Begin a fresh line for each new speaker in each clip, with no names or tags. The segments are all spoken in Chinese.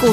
股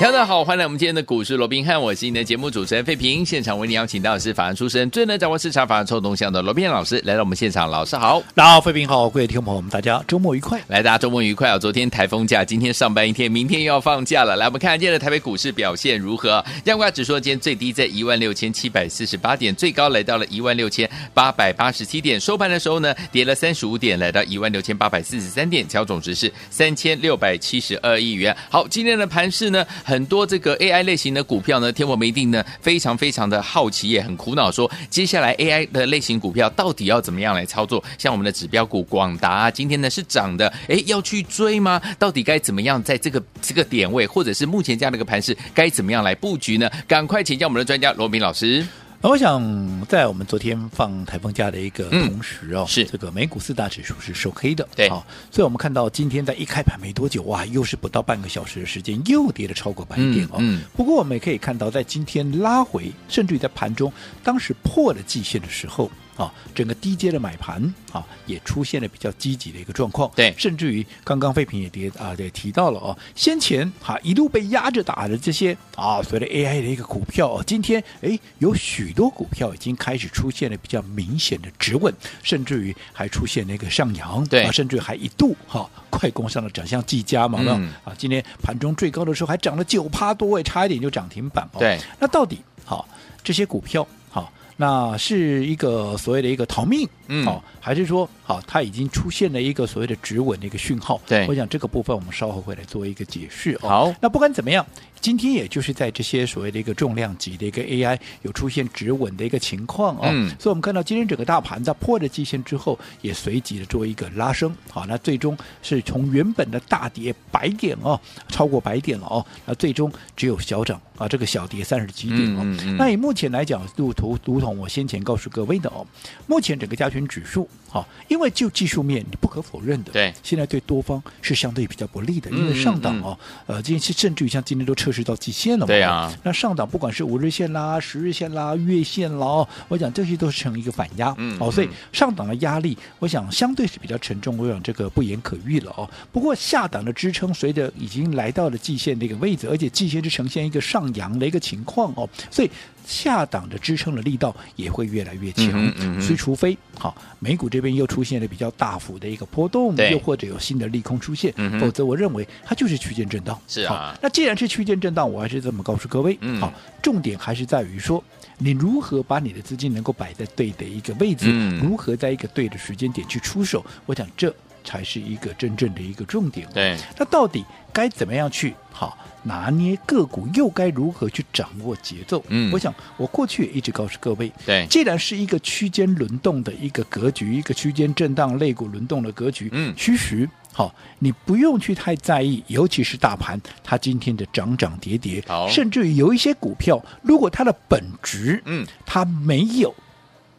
大家好，欢迎来我们今天的股市罗宾汉，我是你的节目主持人费平。现场为你邀请到的是法案出身、最能掌握市场法案臭动向的罗宾汉老师来到我们现场，老师好。
大家好，费平好，各位听众朋友们，大家周末愉快。
来，大家周末愉快啊！昨天台风假，今天上班一天，明天又要放假了。来，我们看今天的台北股市表现如何？量化指数今天最低在16,748点，最高来到了16,887点，收盘的时候呢，跌了35点，来到16,843点，调总值是3,672亿元。好，今天的盘市呢， 很多这个 AI 类型的股票呢，天我们一定呢非常非常的好奇，也很苦恼说，接下来 AI 的类型股票到底要怎么样来操作？像我们的指标股广达、啊，今天呢是涨的，诶，要去追吗？到底该怎么样在这个这个点位，或者是目前这样的一个盘势，该怎么样来布局呢？赶快请教我们的专家罗明老师。
那我想，在我们昨天放台风假的一个同时哦，
嗯是嗯
这个美股四大指数是收黑的，
对
好，所以我们看到今天在一开盘没多久，哇，又是不到半个小时的时间，又跌了超过百点哦。
嗯嗯
不过我们也可以看到，在今天拉回，甚至于在盘中当时破了季线的时候。啊，整个低阶的买盘啊，也出现了比较积极的一个状况。
对
甚至于刚刚废品也跌啊，也提到了哦，先前哈、一路被压着打的这些啊，所谓的 AI 的一个股票哦，今天哎有许多股票已经开始出现了比较明显的止稳，甚至于还出现了一个上扬，
对
啊，甚至于还一度哈、快攻上了涨向技嘉嘛，有没有
嗯
啊，今天盘中最高的时候还涨了九趴多哎，差一点就涨停板哦。
对，
那到底好、这些股票好、那是一个所谓的一个逃命，
嗯
好、还是说好、它已经出现了一个所谓的止稳的一个讯号？
对
我想这个部分我们稍后会来做一个解释、哦。
好
那不管怎么样，今天也就是在这些所谓的一个重量级的一个 AI 有出现止稳的一个情况哦，
嗯
所以我们看到今天整个大盘在破了季线之后，也随即的做一个拉升，好，那最终是从原本的大跌百点哦，超过百点了哦，那最终只有小涨啊，这个小跌三十几点哦，
嗯嗯嗯
那以目前来讲，路途如同我先前告诉各位的哦，目前整个加权指数，好、因为就技术面你不可否认的，
对
现在对多方是相对比较不利的，因
嗯
为
嗯
上档哦，呃，今天甚至于像今天都测试到极限了嘛，哦
对啊
那上档不管是五日线啦、十日线啦、月线啦，哦，我想这些都是成一个反压，
嗯
哦，所以
嗯
上档的压力，我想相对是比较沉重，我想这个不言可喻了哦。不过下档的支撑随着已经来到了季线的一个位置，而且季线是呈现一个上扬的一个情况哦，所以下档的支撑的力道也会越来越强。
嗯哼嗯哼
所以除非好美股这边又出现了比较大幅的一个波动，
对
又或者有新的利空出现，
嗯哼
否则我认为它就是区间震荡。
是啊
好那既然是区间震荡，我还是这么告诉各位，
嗯
好，重点还是在于说，你如何把你的资金能够摆在对的一个位置，
嗯
如何在一个对的时间点去出手，我想这才是一个真正的一个重点。
对，
那到底该怎么样去好拿捏个股，又该如何去掌握节奏？
嗯
我想我过去也一直告诉各位，
对
既然是一个区间轮动的一个格局，一个区间震荡类股轮动的格局，
嗯
其实好，你不用去太在意，尤其是大盘它今天的涨涨跌跌
好，
甚至于有一些股票，如果它的本质
嗯，
它没有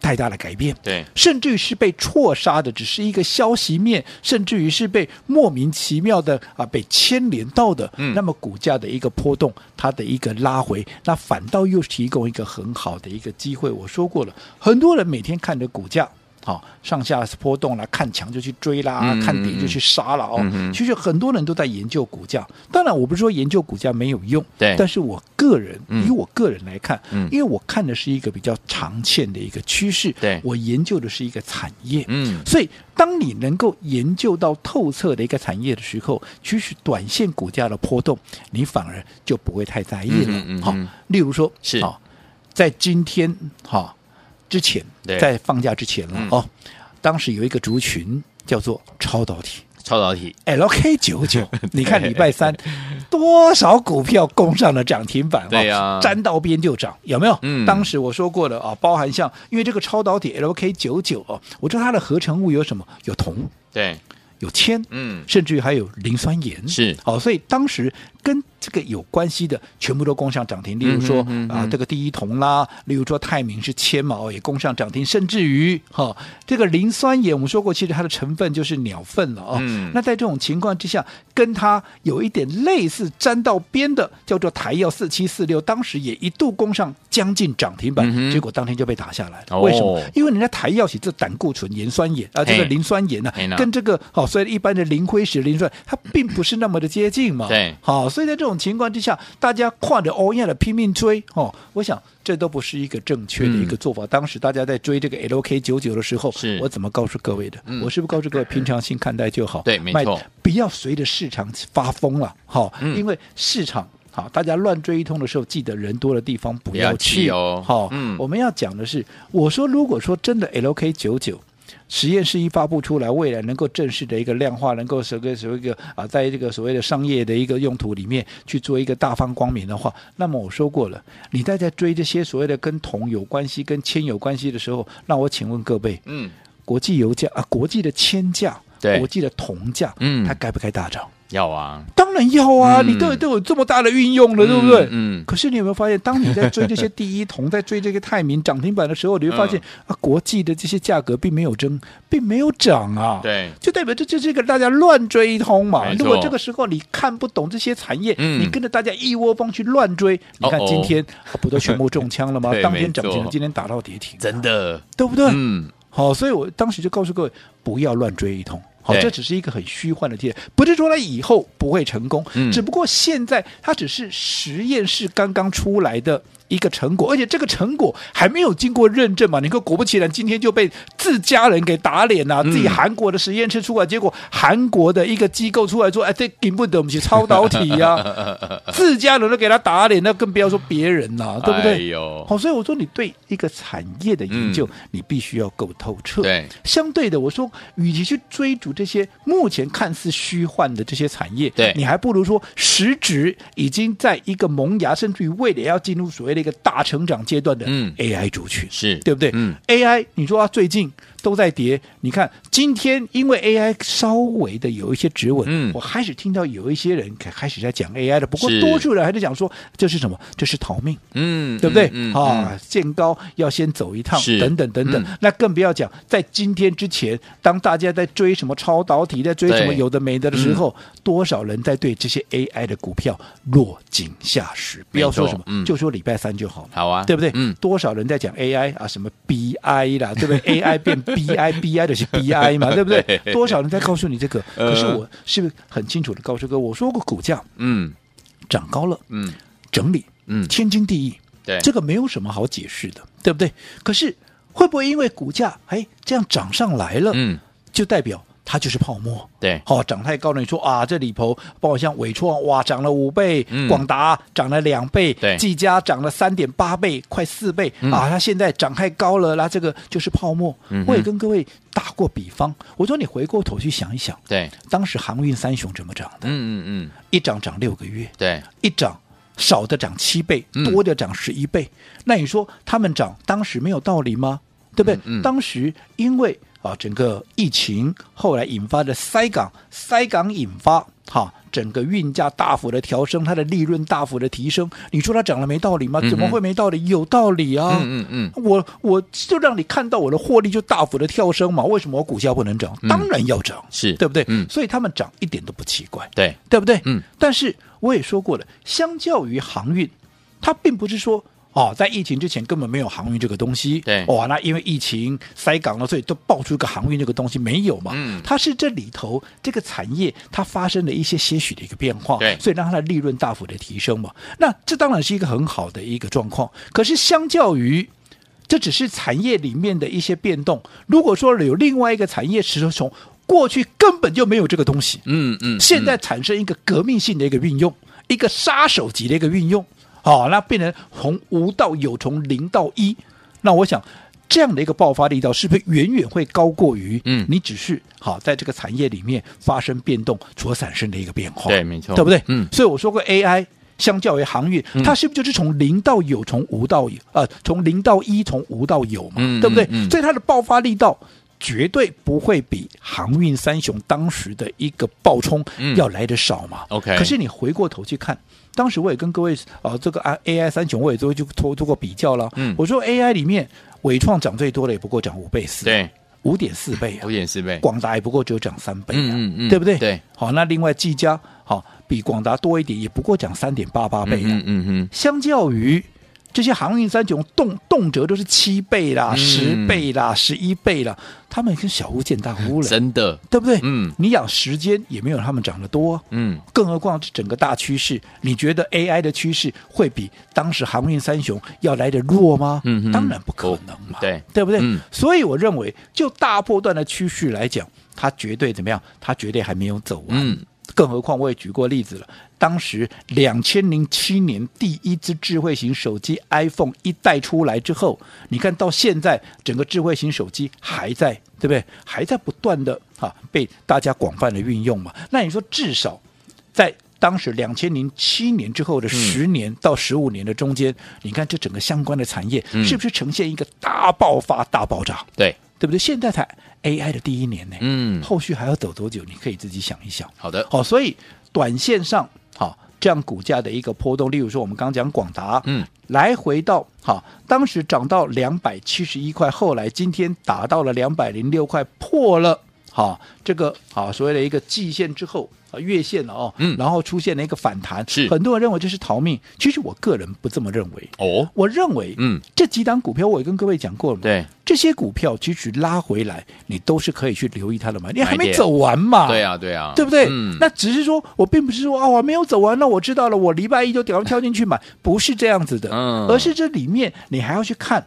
太大的改变，
对，
甚至于是被错杀的，只是一个消息面，甚至于是被莫名其妙的啊被牵连到的，
嗯
那么股价的一个波动，它的一个拉回，那反倒又提供一个很好的一个机会。我说过了，很多人每天看着股价。好、上下波动啦，看强就去追啦，
嗯
看跌就去杀啦哦。
嗯哼
其实很多人都在研究股价，当然我不是说研究股价没有用，
对
但是我个人、
嗯
以我个人来看，
嗯
因为我看的是一个比较长线的一个趋势，
对
我研究的是一个产业，
嗯，
所以当你能够研究到透彻的一个产业的时候，其实短线股价的波动，你反而就不会太在意了。
嗯哼嗯哼
好，例如说，
是
好、在今天哈、之前
对，
在放假之前了、
嗯
哦，当时有一个族群叫做超导体。
超导体，
LK 九 九，你看礼拜三多少股票攻上了涨停板、哦，
对呀
沾到边就涨，有没有？
嗯
当时我说过了啊，包含像因为这个超导体 LK 九九哦，我知道它的合成物有什么？有铜，
对，
有铅，
嗯，
甚至于还有磷酸盐，
是
哦，所以当时跟这个有关系的全部都攻上涨停，例如说啊、
嗯哼嗯哼
这个第一铜啦，例如说泰明是千嘛，哦也攻上涨停，甚至于哈、这个磷酸盐，我们说过，其实它的成分就是鸟粪了哦。
嗯
那在这种情况之下，跟它有一点类似沾到边的，叫做台药四七四六，当时也一度攻上将近涨停板，
嗯哼
结果当天就被打下来了。
哦
为什么？因为人家台药写这胆固醇盐酸盐啊、这个
嘿
磷酸盐呢、
嘿呐
跟这个好、哦，所以一般的磷灰石、磷酸，它并不是那么的接近嘛。
对
好、所以在这种情况之下，大家跨着欧亚的拼命追哦，我想这都不是一个正确的一个做法。当时大家在追这个 LK 九九的时候
嗯是，
我怎么告诉各位的？
嗯
我是不是告诉各位平常心看待就好？
对没
卖
错，
不要随着市场发疯了，好、
嗯
因为市场。好，大家乱追一通的时候，记得人多的地方不
不要
要
去
去
哦
好、
嗯
我们要讲的是，我说如果说真的 LK 九九实验室一发布出来，未来能够正式的一个量化，能够所谓所谓一个啊，在这个所谓的商业的一个用途里面去做一个大放光明的话，那么我说过了，你在在追这些所谓的跟铜有关系、跟铅有关系的时候，那我请问各位，
嗯，
国际油价啊，国际的铅价，
对
国际的铜价，
嗯
它该不该大涨？
要啊，
当然要啊，
嗯
你都有都有这么大的运用了，对不对？
嗯，
可是你有没有发现，当你在追这些第一铜，在追这个泰明涨停板的时候，你
嗯
会发现、啊，国际的这些价格并没有增，并没有涨啊。。
对，
就代表这就是一个大家乱追一通嘛
没。错
如果这个时候你看不懂这些产业，
嗯
你跟着大家一窝蜂去乱追，你看
哦哦
今天、啊不都全部中枪了吗
对？
当天涨
没
停
错，
今天打到跌停，啊
真的，
对不对？
嗯，
好、所以我当时就告诉各位，不要乱追一通。好，
对
这只是一个很虚幻的体验，不是说它以后不会成功，
嗯
只不过现在它只是实验室刚刚出来的一个成果，而且这个成果还没有经过认证嘛。你看，果不其然，今天就被自家人给打脸了、
嗯
自己韩国的实验室出来，结果韩国的一个机构出来说，哎，这顶不得我们是超导体呀、 自家人都给他打脸，那更不要说别人啦、啊对不对？
哎呦，
好、所以我说你对一个产业的研究，你必须要够透
嗯
彻。
对，
相对的，我说，与其去追逐这些目前看似虚幻的这些产业，
对
你还不如说实质已经在一个萌芽，甚至于未来要进入所谓的一个大成长阶段的
嗯
AI 族群。
是
对不对？
嗯
，AI，你说它啊最近都在跌，你看今天因为 AI 稍微的有一些止稳，
嗯
我开始听到有一些人开开始在讲 AI 了，不过
是
多数人还在讲说这是什么？这是逃命。
嗯，
对不对？
嗯，
啊，见高要先走一趟
是，
等等等等。
嗯
那更不要讲，在今天之前，当大家在追什么超导体，在追什么
对嗯
有的没的的时候，多少人在对这些 AI 的股票落井下石？不要说
没错
什么，
嗯
就说礼拜三就好了。
好啊，
对不对？
嗯，
多少人在讲 AI 啊，什么 BI 啦，对不对 ？AI 变 BI，BI 的是 BI 嘛，对不对？多少人在告诉你这个？
呃
可是我是不是很清楚的告诉哥，我说过股价
嗯
涨高了，
嗯
整理
嗯，
天经地义。
对，
这个没有什么好解释的，对不对？可是会不会因为股价哎这样涨上来了，
嗯
就代表它就是泡沫？
对，
好、涨太高了，你说啊，这里头包括像伟创哇涨了五倍，
嗯
广达涨了两倍，
对嗯
技嘉涨了三点八倍，快四倍、啊，它现在涨太高了，那这个就是泡沫。
嗯哼
我也跟各位打过比方，我说你回过头去想一想，
对，
当时航运三雄怎么涨的？
嗯嗯嗯，
一涨涨六个月，
对，
一涨少的涨七倍
嗯，
多的涨十一倍。那你说他们涨当时没有道理吗？对不对？
嗯嗯
当时因为啊整个疫情后来引发的塞港，塞港引发哈、整个运价大幅的调升，它的利润大幅的提升。你说它涨了没道理吗？
嗯哼
怎么会没道理？有道理啊！
嗯嗯嗯，
我我就让你看到我的获利就大幅的跳升嘛，为什么我股价不能涨？
嗯
当然要涨，
是
对不对？
嗯
所以他们涨一点都不奇怪。
对，
对不对？
嗯。
但是我也说过了，相较于航运，它并不是说。哦，在疫情之前根本没有航运这个东西，
对
哇、那因为疫情塞港了，所以都爆出一个航运这个东西没有嘛，
嗯
它是这里头这个产业它发生了一些些许的一个变化，
对
所以让它的利润大幅的提升嘛，那这当然是一个很好的一个状况，可是相较于这只是产业里面的一些变动，如果说有另外一个产业，其实从过去根本就没有这个东西，
嗯嗯，
现在产生一个革命性的一个运用，一个杀手级的一个运用，好、那变成从无到有，从零到一，那我想。这样的一个爆发力道，是不是远远会高过于
嗯
你只是好在这个产业里面发生变动所产生的一个变化？
对没错
对不对？
嗯
所以我说过 AI。相较于航运，它是不是就是从零到有，从无到有，呃，从零到一，从无到有嘛，
嗯
对不对？
嗯嗯
所以它的爆发力道绝对不会比航运三雄当时的一个爆冲
嗯
要来的少嘛。
OK
可是你回过头去看。当时我也跟各位呃，这个啊 AI 三雄我也做就做做过比较了。
嗯
我说 AI 里面伟创涨最多的也不过涨五倍四，
对，
五点四倍啊
五。点四倍，
广达也不过只有涨三倍、啊，
嗯嗯嗯
对不对？
对。
好，那另外技嘉好比广达多一点，也不过涨三点八八倍、啊。
嗯嗯嗯
相较于这些航运三雄，动动辄都是七倍啦、
嗯
十、倍啦、十一倍啦，他们跟小巫见大巫
嗯，
了，
真的，
对不对？
嗯
你养时间也没有他们涨得多啊、
嗯，
更何况这整个大趋势，你觉得 AI 的趋势会比当时航运三雄要来的弱吗？
嗯哼
当然不可能嘛，
不对
对不对？
嗯
所以我认为，就大波段的趋势来讲，它绝对怎么样？它绝对还没有走完。
嗯
更何况我也举过例子了，当时两千零七年第一支智慧型手机 iPhone 一代出来之后，你看到现在整个智慧型手机还在，对不对？还在不断的啊被大家广泛的运用嘛。那你说至少在当时两千零七年之后的
嗯
十年到十五年的中间，你看这整个相关的产业
嗯
是不是呈现一个大爆发、大爆炸？
对，
对不对？现在才 AI 的第一年呢，
嗯
后续还要走多久？你可以自己想一想。
好的，
好、所以短线上好、这样股价的一个波动，例如说我们刚刚讲广达，
嗯，
来回到好、当时涨到两百七十一块，后来今天达到了两百零六块，破了好、这个好、所谓的一个季线之后。啊月线了哦，
嗯
然后出现了一个反弹，
是
很多人认为这是逃命，其实我个人不这么认为，
哦，
我认为，
嗯，
这几档股票我也跟各位讲过了嘛，
对，
这些股票其实拉回来，你都是可以去留意它的嘛，你还
买
没
点
走完嘛，
对啊，对啊，
对不对？
嗯，
那只是说我并不是说啊，我没有走完，那我知道了，我礼拜一就屌跳进去买，不是这样子的，
嗯
而是这里面你还要去看，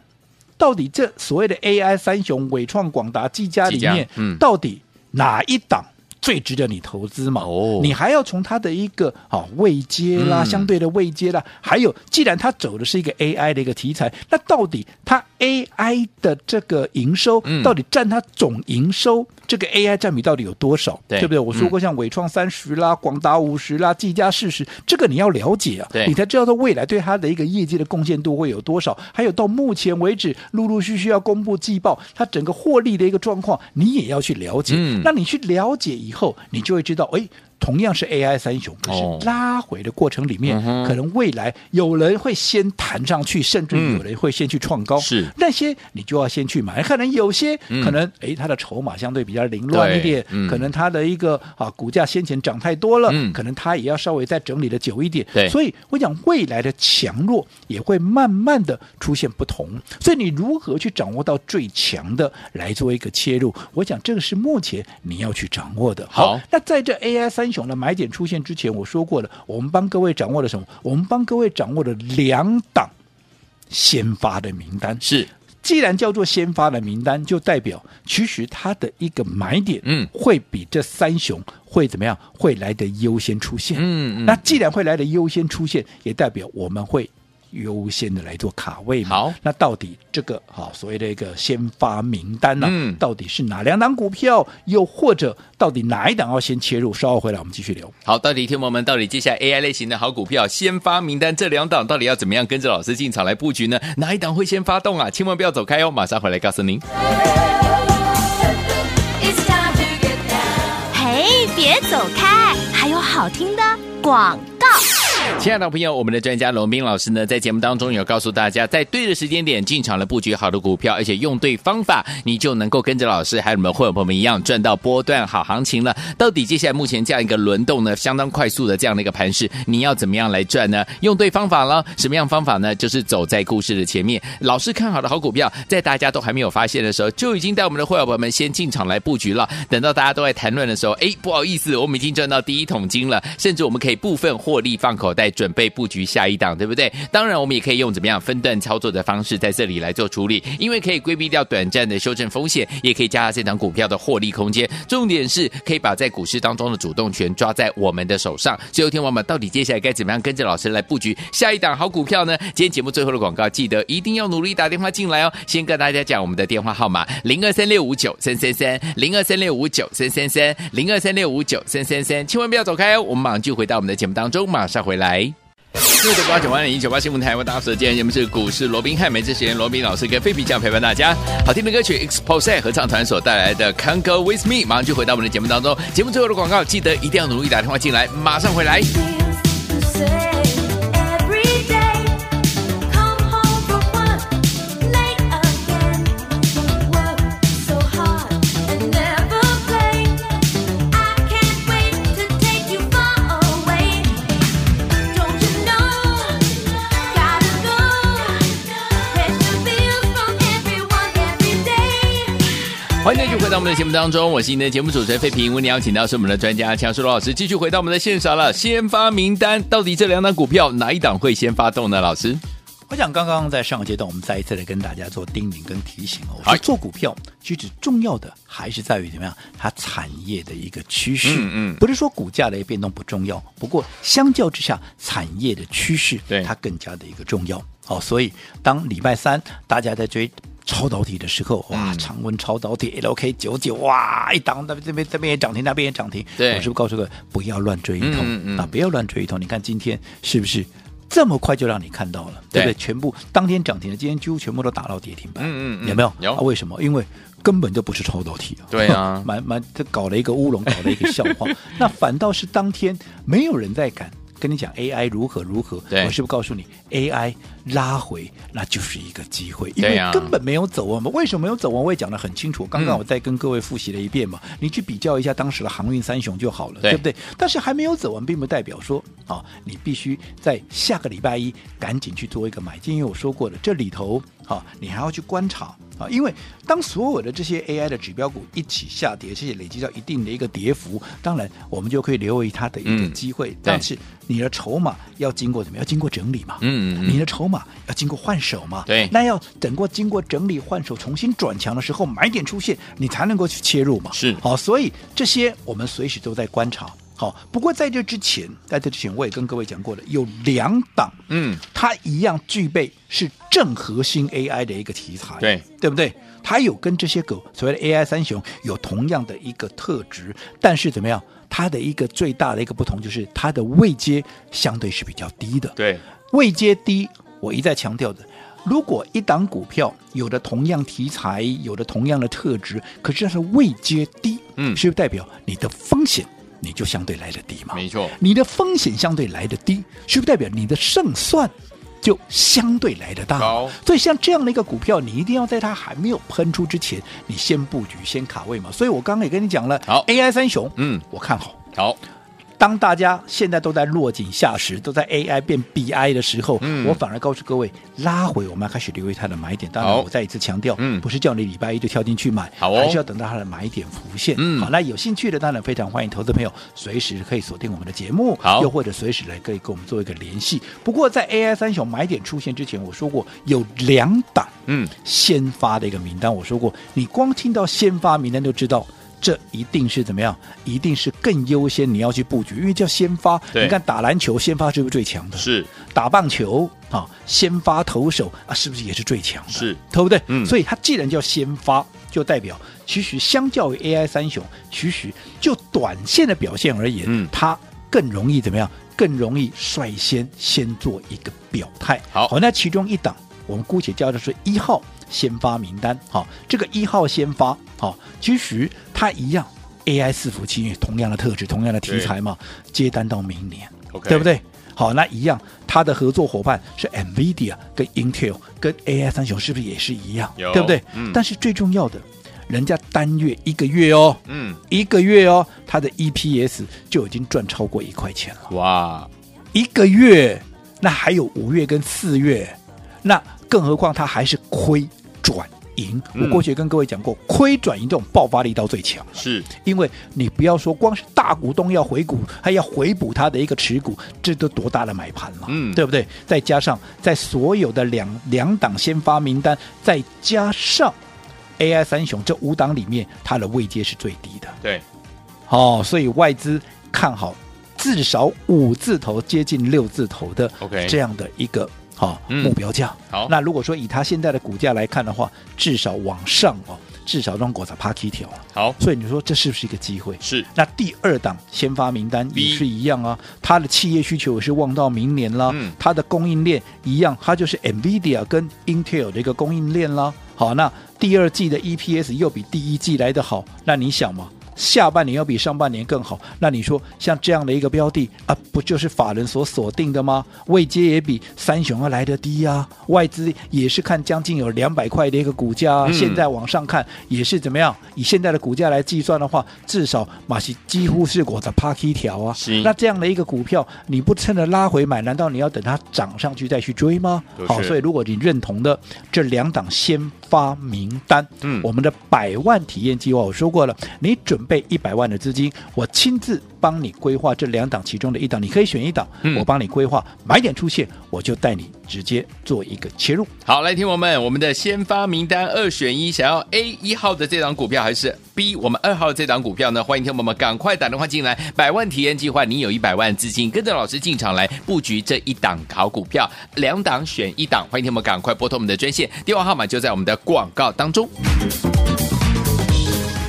到底这所谓的 AI 三雄、伟创、广达、技嘉里
技
面
嘉，嗯
到底哪一档？最值得你投资嘛？
哦
你还要从它的一个啊位阶啦，
嗯
相对的位阶啦，还有，既然它走的是一个 AI 的一个题材，那到底它 AI 的这个营收，
嗯
到底占它总营收这个 AI 占比到底有多少？
对
不对？我说
嗯
过像伟创三十啦、广达五十啦、技嘉四十，这个你要了解啊
对，
你才知道它未来对它的一个业绩的贡献度会有多少。还有到目前为止，陆陆续续要公布季报，它整个获利的一个状况，你也要去了解。
嗯
那你去了解以后，你就会知道，哎。同样是 AI 三雄，可
哦
是拉回的过程里面，
嗯哼
可能未来有人会先弹上去，甚至
嗯
有人会先去创高。
是
那些你就要先去买，可能有些、
嗯
可能哎，它的筹码相对比较凌乱
对
一点，
嗯
可能。可能它的一个啊股价先前涨太多了，
嗯
可能它也要稍微再整理的久一点。
对
所以我讲未来的强弱也会慢慢的出现不同，所以你如何去掌握到最强的来做一个切入，我讲这个是目前你要去掌握的。
好
那在这 AI 三雄的买点出现之前，我说过了，我们帮各位掌握了什么？我们帮各位掌握了两档先发的名单。
是
既然叫做先发的名单，就代表其实它的一个买点，
嗯
会比这三雄会怎么样？会来的优先出现。
嗯嗯
那既然会来的优先出现，也代表我们会。优先的来做卡位嘛？
好
那到底这个好所谓的一个先发名单呢、啊
嗯
到底是哪两档股票？又或者到底哪一档要先切入？稍后回来我们继续聊。
好，到底听众朋友们，到底接下来 AI 类型的好股票先发名单这两档，到底要怎么样跟着老师进场来布局呢？哪一档会先发动啊？千万不要走开哦，马上回来告诉您。
It's time to get down.
嘿，别走开，还有好听的广告。
亲爱的朋友，我们的专家龙斌老师呢，在节目当中有告诉大家，在对的时间点进场了布局好的股票，而且用对方法，你就能够跟着老师还有我们会员朋友们一样赚到波段好行情了。到底接下来目前这样一个轮动呢，相当快速的这样的一个盘势，你要怎么样来赚呢？用对方法了，什么样方法呢？就是走在故事的前面。老师看好的好股票，在大家都还没有发现的时候，就已经带我们的会员朋友们先进场来布局了。等到大家都在谈论的时候，哎，不好意思，我们已经赚到第一桶金了，甚至我们可以部分获利放口袋，准备布局下一档，对不对？当然，我们也可以用怎么样分段操作的方式在这里来做处理，因为可以规避掉短暂的修正风险，也可以加大这档股票的获利空间。重点是可以把在股市当中的主动权抓在我们的手上。所以，天王们到底接下来该怎么样跟着老师来布局下一档好股票呢？今天节目最后的广告，记得一定要努力打电话进来哦。先跟大家讲我们的电话号码：零二三六五九三三三，零二三六五九三三三，零二三六五九三三三。千万不要走开哦，我们马上就回到我们的节目当中，马上回来。六九八九八零一九八新闻台，我打手今天节目是股市罗宾汉，每次时间罗宾老师跟费皮酱陪伴大家。好听的歌曲 Expose 合唱团所带来的《Can't Go With Me》，马上就回到我们的节目当中。节目最后的广告，记得一定要努力打电话进来，马上回来。欢迎继续回到我们的节目当中，我是您的节目主持人费平。为您邀请到是我们的专家强叔罗老师，继续回到我们的现场了。先发名单，到底这两档股票哪一档会先发动呢？老师，
我想刚刚在上个阶段，我们再一次的跟大家做叮咛跟提醒哦。我
好
说做股票，其实重要的还是在于怎么样，它产业的一个趋势。
嗯嗯
不是说股价的变动不重要，不过相较之下，产业的趋势
对
它更加的一个重要。哦，所以当礼拜三大家在追。超导体的时候，哇，
嗯
常温超导体 LK 九九，哇，一档那这边这边也涨停，那边也涨停。
对
我是不是告诉各位不要乱追一通
嗯嗯嗯
啊？不要乱追一通。你看今天是不是这么快就让你看到了？对不
对
对？全部当天涨停的，今天几乎全部都打到跌停板，
嗯嗯嗯
有没有？
有
啊为什么？因为根本就不是超导体啊，
对啊
蛮蛮这搞了一个乌龙，搞了一个笑 话。那反倒是当天没有人在敢。跟你讲 AI 如何如何，
对
我是不是告诉你 AI 拉回那就是一个机会，因
对
为
啊
根本没有走完嘛。为什么没有走完？我也讲得很清楚，刚刚
嗯
我再跟各位复习了一遍嘛。你去比较一下当时的航运三雄就好了，
对
不对？但是还没有走完，并不代表说啊，你必须在下个礼拜一赶紧去做一个买进，因为我说过了，这里头啊，你还要去观察啊，因为当所有的
嗯
这些 AI 的指标股一起下跌，这些累积到一定的一个跌幅，当然我们就可以留意它的一个
嗯
机会，但是你的筹码要经过怎么样？要经过整理嘛，
嗯嗯嗯
你的筹码要经过换手嘛，
对
那要等过经过整理换手重新转强的时候，买点出现，你才能够去切入嘛。
是
好，所以这些我们随时都在观察。好，不过在这之前，在这之前我也跟各位讲过了，有两档，
嗯，
它一样具备是正核心 AI 的一个题材，
对
对不对？它有跟这些狗所谓的 AI 三雄有同样的一个特质，但是怎么样？它的一个最大的一个不同就是它的位阶相对是比较低的，
对，
位阶低，我一再强调的，如果一档股票有着同样题材，有着同样的特质，可是它的位阶低，
嗯
是不是代表你的风险你就相对来的低嘛？
没错，
你的风险相对来的低，是不是代表你的胜算就相对来的大
高？
所以像这样的一个股票，你一定要在它还没有喷出之前，你先布局、先卡位嘛。所以我刚刚也跟你讲了，
好
，AI 三雄，
嗯，
我看好。
好，
当大家现在都在落井下石，都在 AI 变 BI 的时候，
嗯
我反而告诉各位，拉回我们要开始留意它的买点。当然，
好
我再一次强调，
嗯
不是叫你礼拜一就跳进去买，
好哦
还是要等到它的买点浮现。
嗯
好，那有兴趣的当然非常欢迎投资朋友随时可以锁定我们的节目，
好
又或者随时来可以跟我们做一个联系。不过在 AI 三雄买点出现之前，我说过有两档
嗯，
先发的一个名单。我说过，你光听到先发名单就知道。这一定是怎么样？一定是更优先你要去布局，因为叫先发。
对
你看打篮球，先发是不是最强的？
是
打棒球啊，先发投手啊，是不是也是最强的？
是，
对不对？
嗯
所以它既然叫先发，就代表其实相较于 AI 三雄，其实就短线的表现而言，
嗯
它更容易怎么样？更容易率先先做一个表态。
好
那其中一档我们姑且叫它是一号先发名单。好、这个一号先发，好、其实它一样。AI 伺服器同样的特质，同样的题材嘛，接单到明年。
，OK，
对不？对？好，那一样，它的合作伙伴是 NVIDIA 跟 Intel 跟 AI 三雄，是不是也是一样？
有
对不对？
嗯
但是最重要的，人家单月一个月哦，
嗯，
一个月哦，它的 EPS 就已经赚超过一块钱了。
哇，
一个月，那还有五月跟四月，那更何况它还是亏转盈。
嗯
我过去也跟各位讲过，亏转盈这种爆发力到最强。
是
因为你不要说光是大股东要回股，还要回补他的一个持股，这都多大的买盘了，
嗯
对不对？再加上在所有的两两档先发名单，再加上 AI 三雄这五档里面，它的位阶是最低的，
对，
哦，所以外资看好至少五字头接近六字头的
OK
这样的一个好、
嗯
目标价。
好
那如果说以它现在的股价来看的话，至少往上哦，至少让国仔趴 K 条啊。
好，
所以你说这是不是一个机会？
是
那第二档先发名单也
B
是一样啊，它的企业需求也是望到明年啦，
嗯
它的供应链一样，它就是 NVIDIA 跟 Intel 的一个供应链啦。好，那第二季的 EPS 又比第一季来得好，那你想嘛？下半年要比上半年更好，那你说像这样的一个标的啊，不就是法人所锁定的吗？位阶也比三雄要来得低啊，外资也是看将近有两百块的一个股价、啊，
嗯
现在往上看也是怎么样？以现在的股价来计算的话，至少马西几乎是我的 p a r k 条啊
是。
那这样的一个股票，你不趁着拉回买，难道你要等它涨上去再去追吗
就？是
好，所以如果你认同的这两档先发名单，
嗯
我们的百万体验计划，我说过了，你准备一百万的资金，我亲自帮你规划这两档其中的一档，你可以选一档，
嗯
我帮你规划，买点出现，我就带你直接做一个切入。
好，来听我们，我们的先发名单二选一，想要 A 一号的这档股票，还是 B 我们二号的这档股票呢？欢迎听我们赶快打电话进来，百万体验计划，你有一百万资金，跟着老师进场来布局这一档好股票，两档选一档，欢迎听我们赶快拨通我们的专线，电话号码就在我们的广告当中。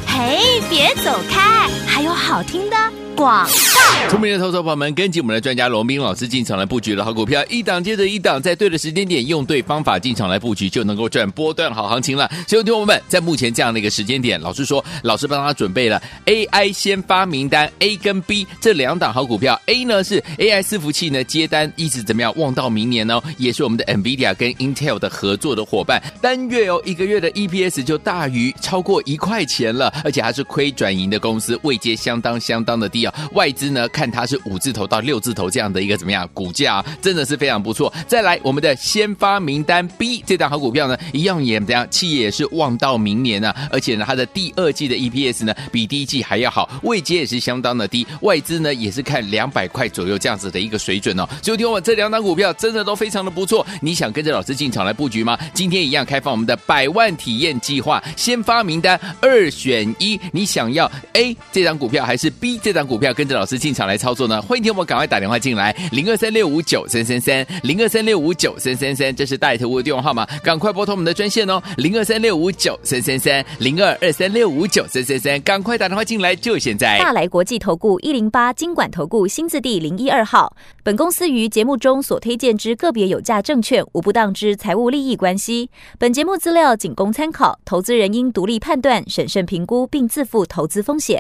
嘿，别走开，还有好听的广。
聪明的投资者朋友们，跟紧我们的专家罗斌老师进场来布局了好股票，一档接着一档，在对的时间点用对方法进场来布局，就能够赚波段好行情了。所以，听我们在目前这样的一个时间点，老师说，老师帮他准备了 AI 先发名单 A 跟 B 这两档好股票，A 呢是 AI 伺服器呢接单一直怎么样望到明年哦，也是我们的 NVIDIA 跟 Intel 的合作的伙伴，单月哦一个月的 EPS 就大于超过一块钱了，而且还是亏转盈的公司，位阶相当相当的低啊、外资呢看它是五字头到六字头这样的一个怎么样股价、啊，真的是非常不错。再来我们的先发名单 B 这档好股票呢，一样也怎样，企业也是望到明年啊，而且呢它的第二季的 EPS 呢比第一季还要好，位阶也是相当的低，外资呢也是看两百块左右这样子的一个水准哦。所以听我这两档股票真的都非常的不错，你想跟着老师进场来布局吗？今天一样开放我们的百万体验计划，先发名单二选一，你想要 A 这档股票还是 B 这档股票？跟着老师进场来操作呢？欢迎听我们赶快打电话进来，零二三六五九三三三，零二三六五九三三三，这是带头的电话号码，赶快拨通我们的专线哦，零二三六五九三三三，零二二三六五九三三三，赶快打电话进来，就现在。
大来国际投顾一零八金管投顾新字第零一二号。本公司于节目中所推荐之个别有价证券，无不当之财务利益关系。本节目资料仅供参考，投资人应独立判断、审慎评估，并自负投资风险。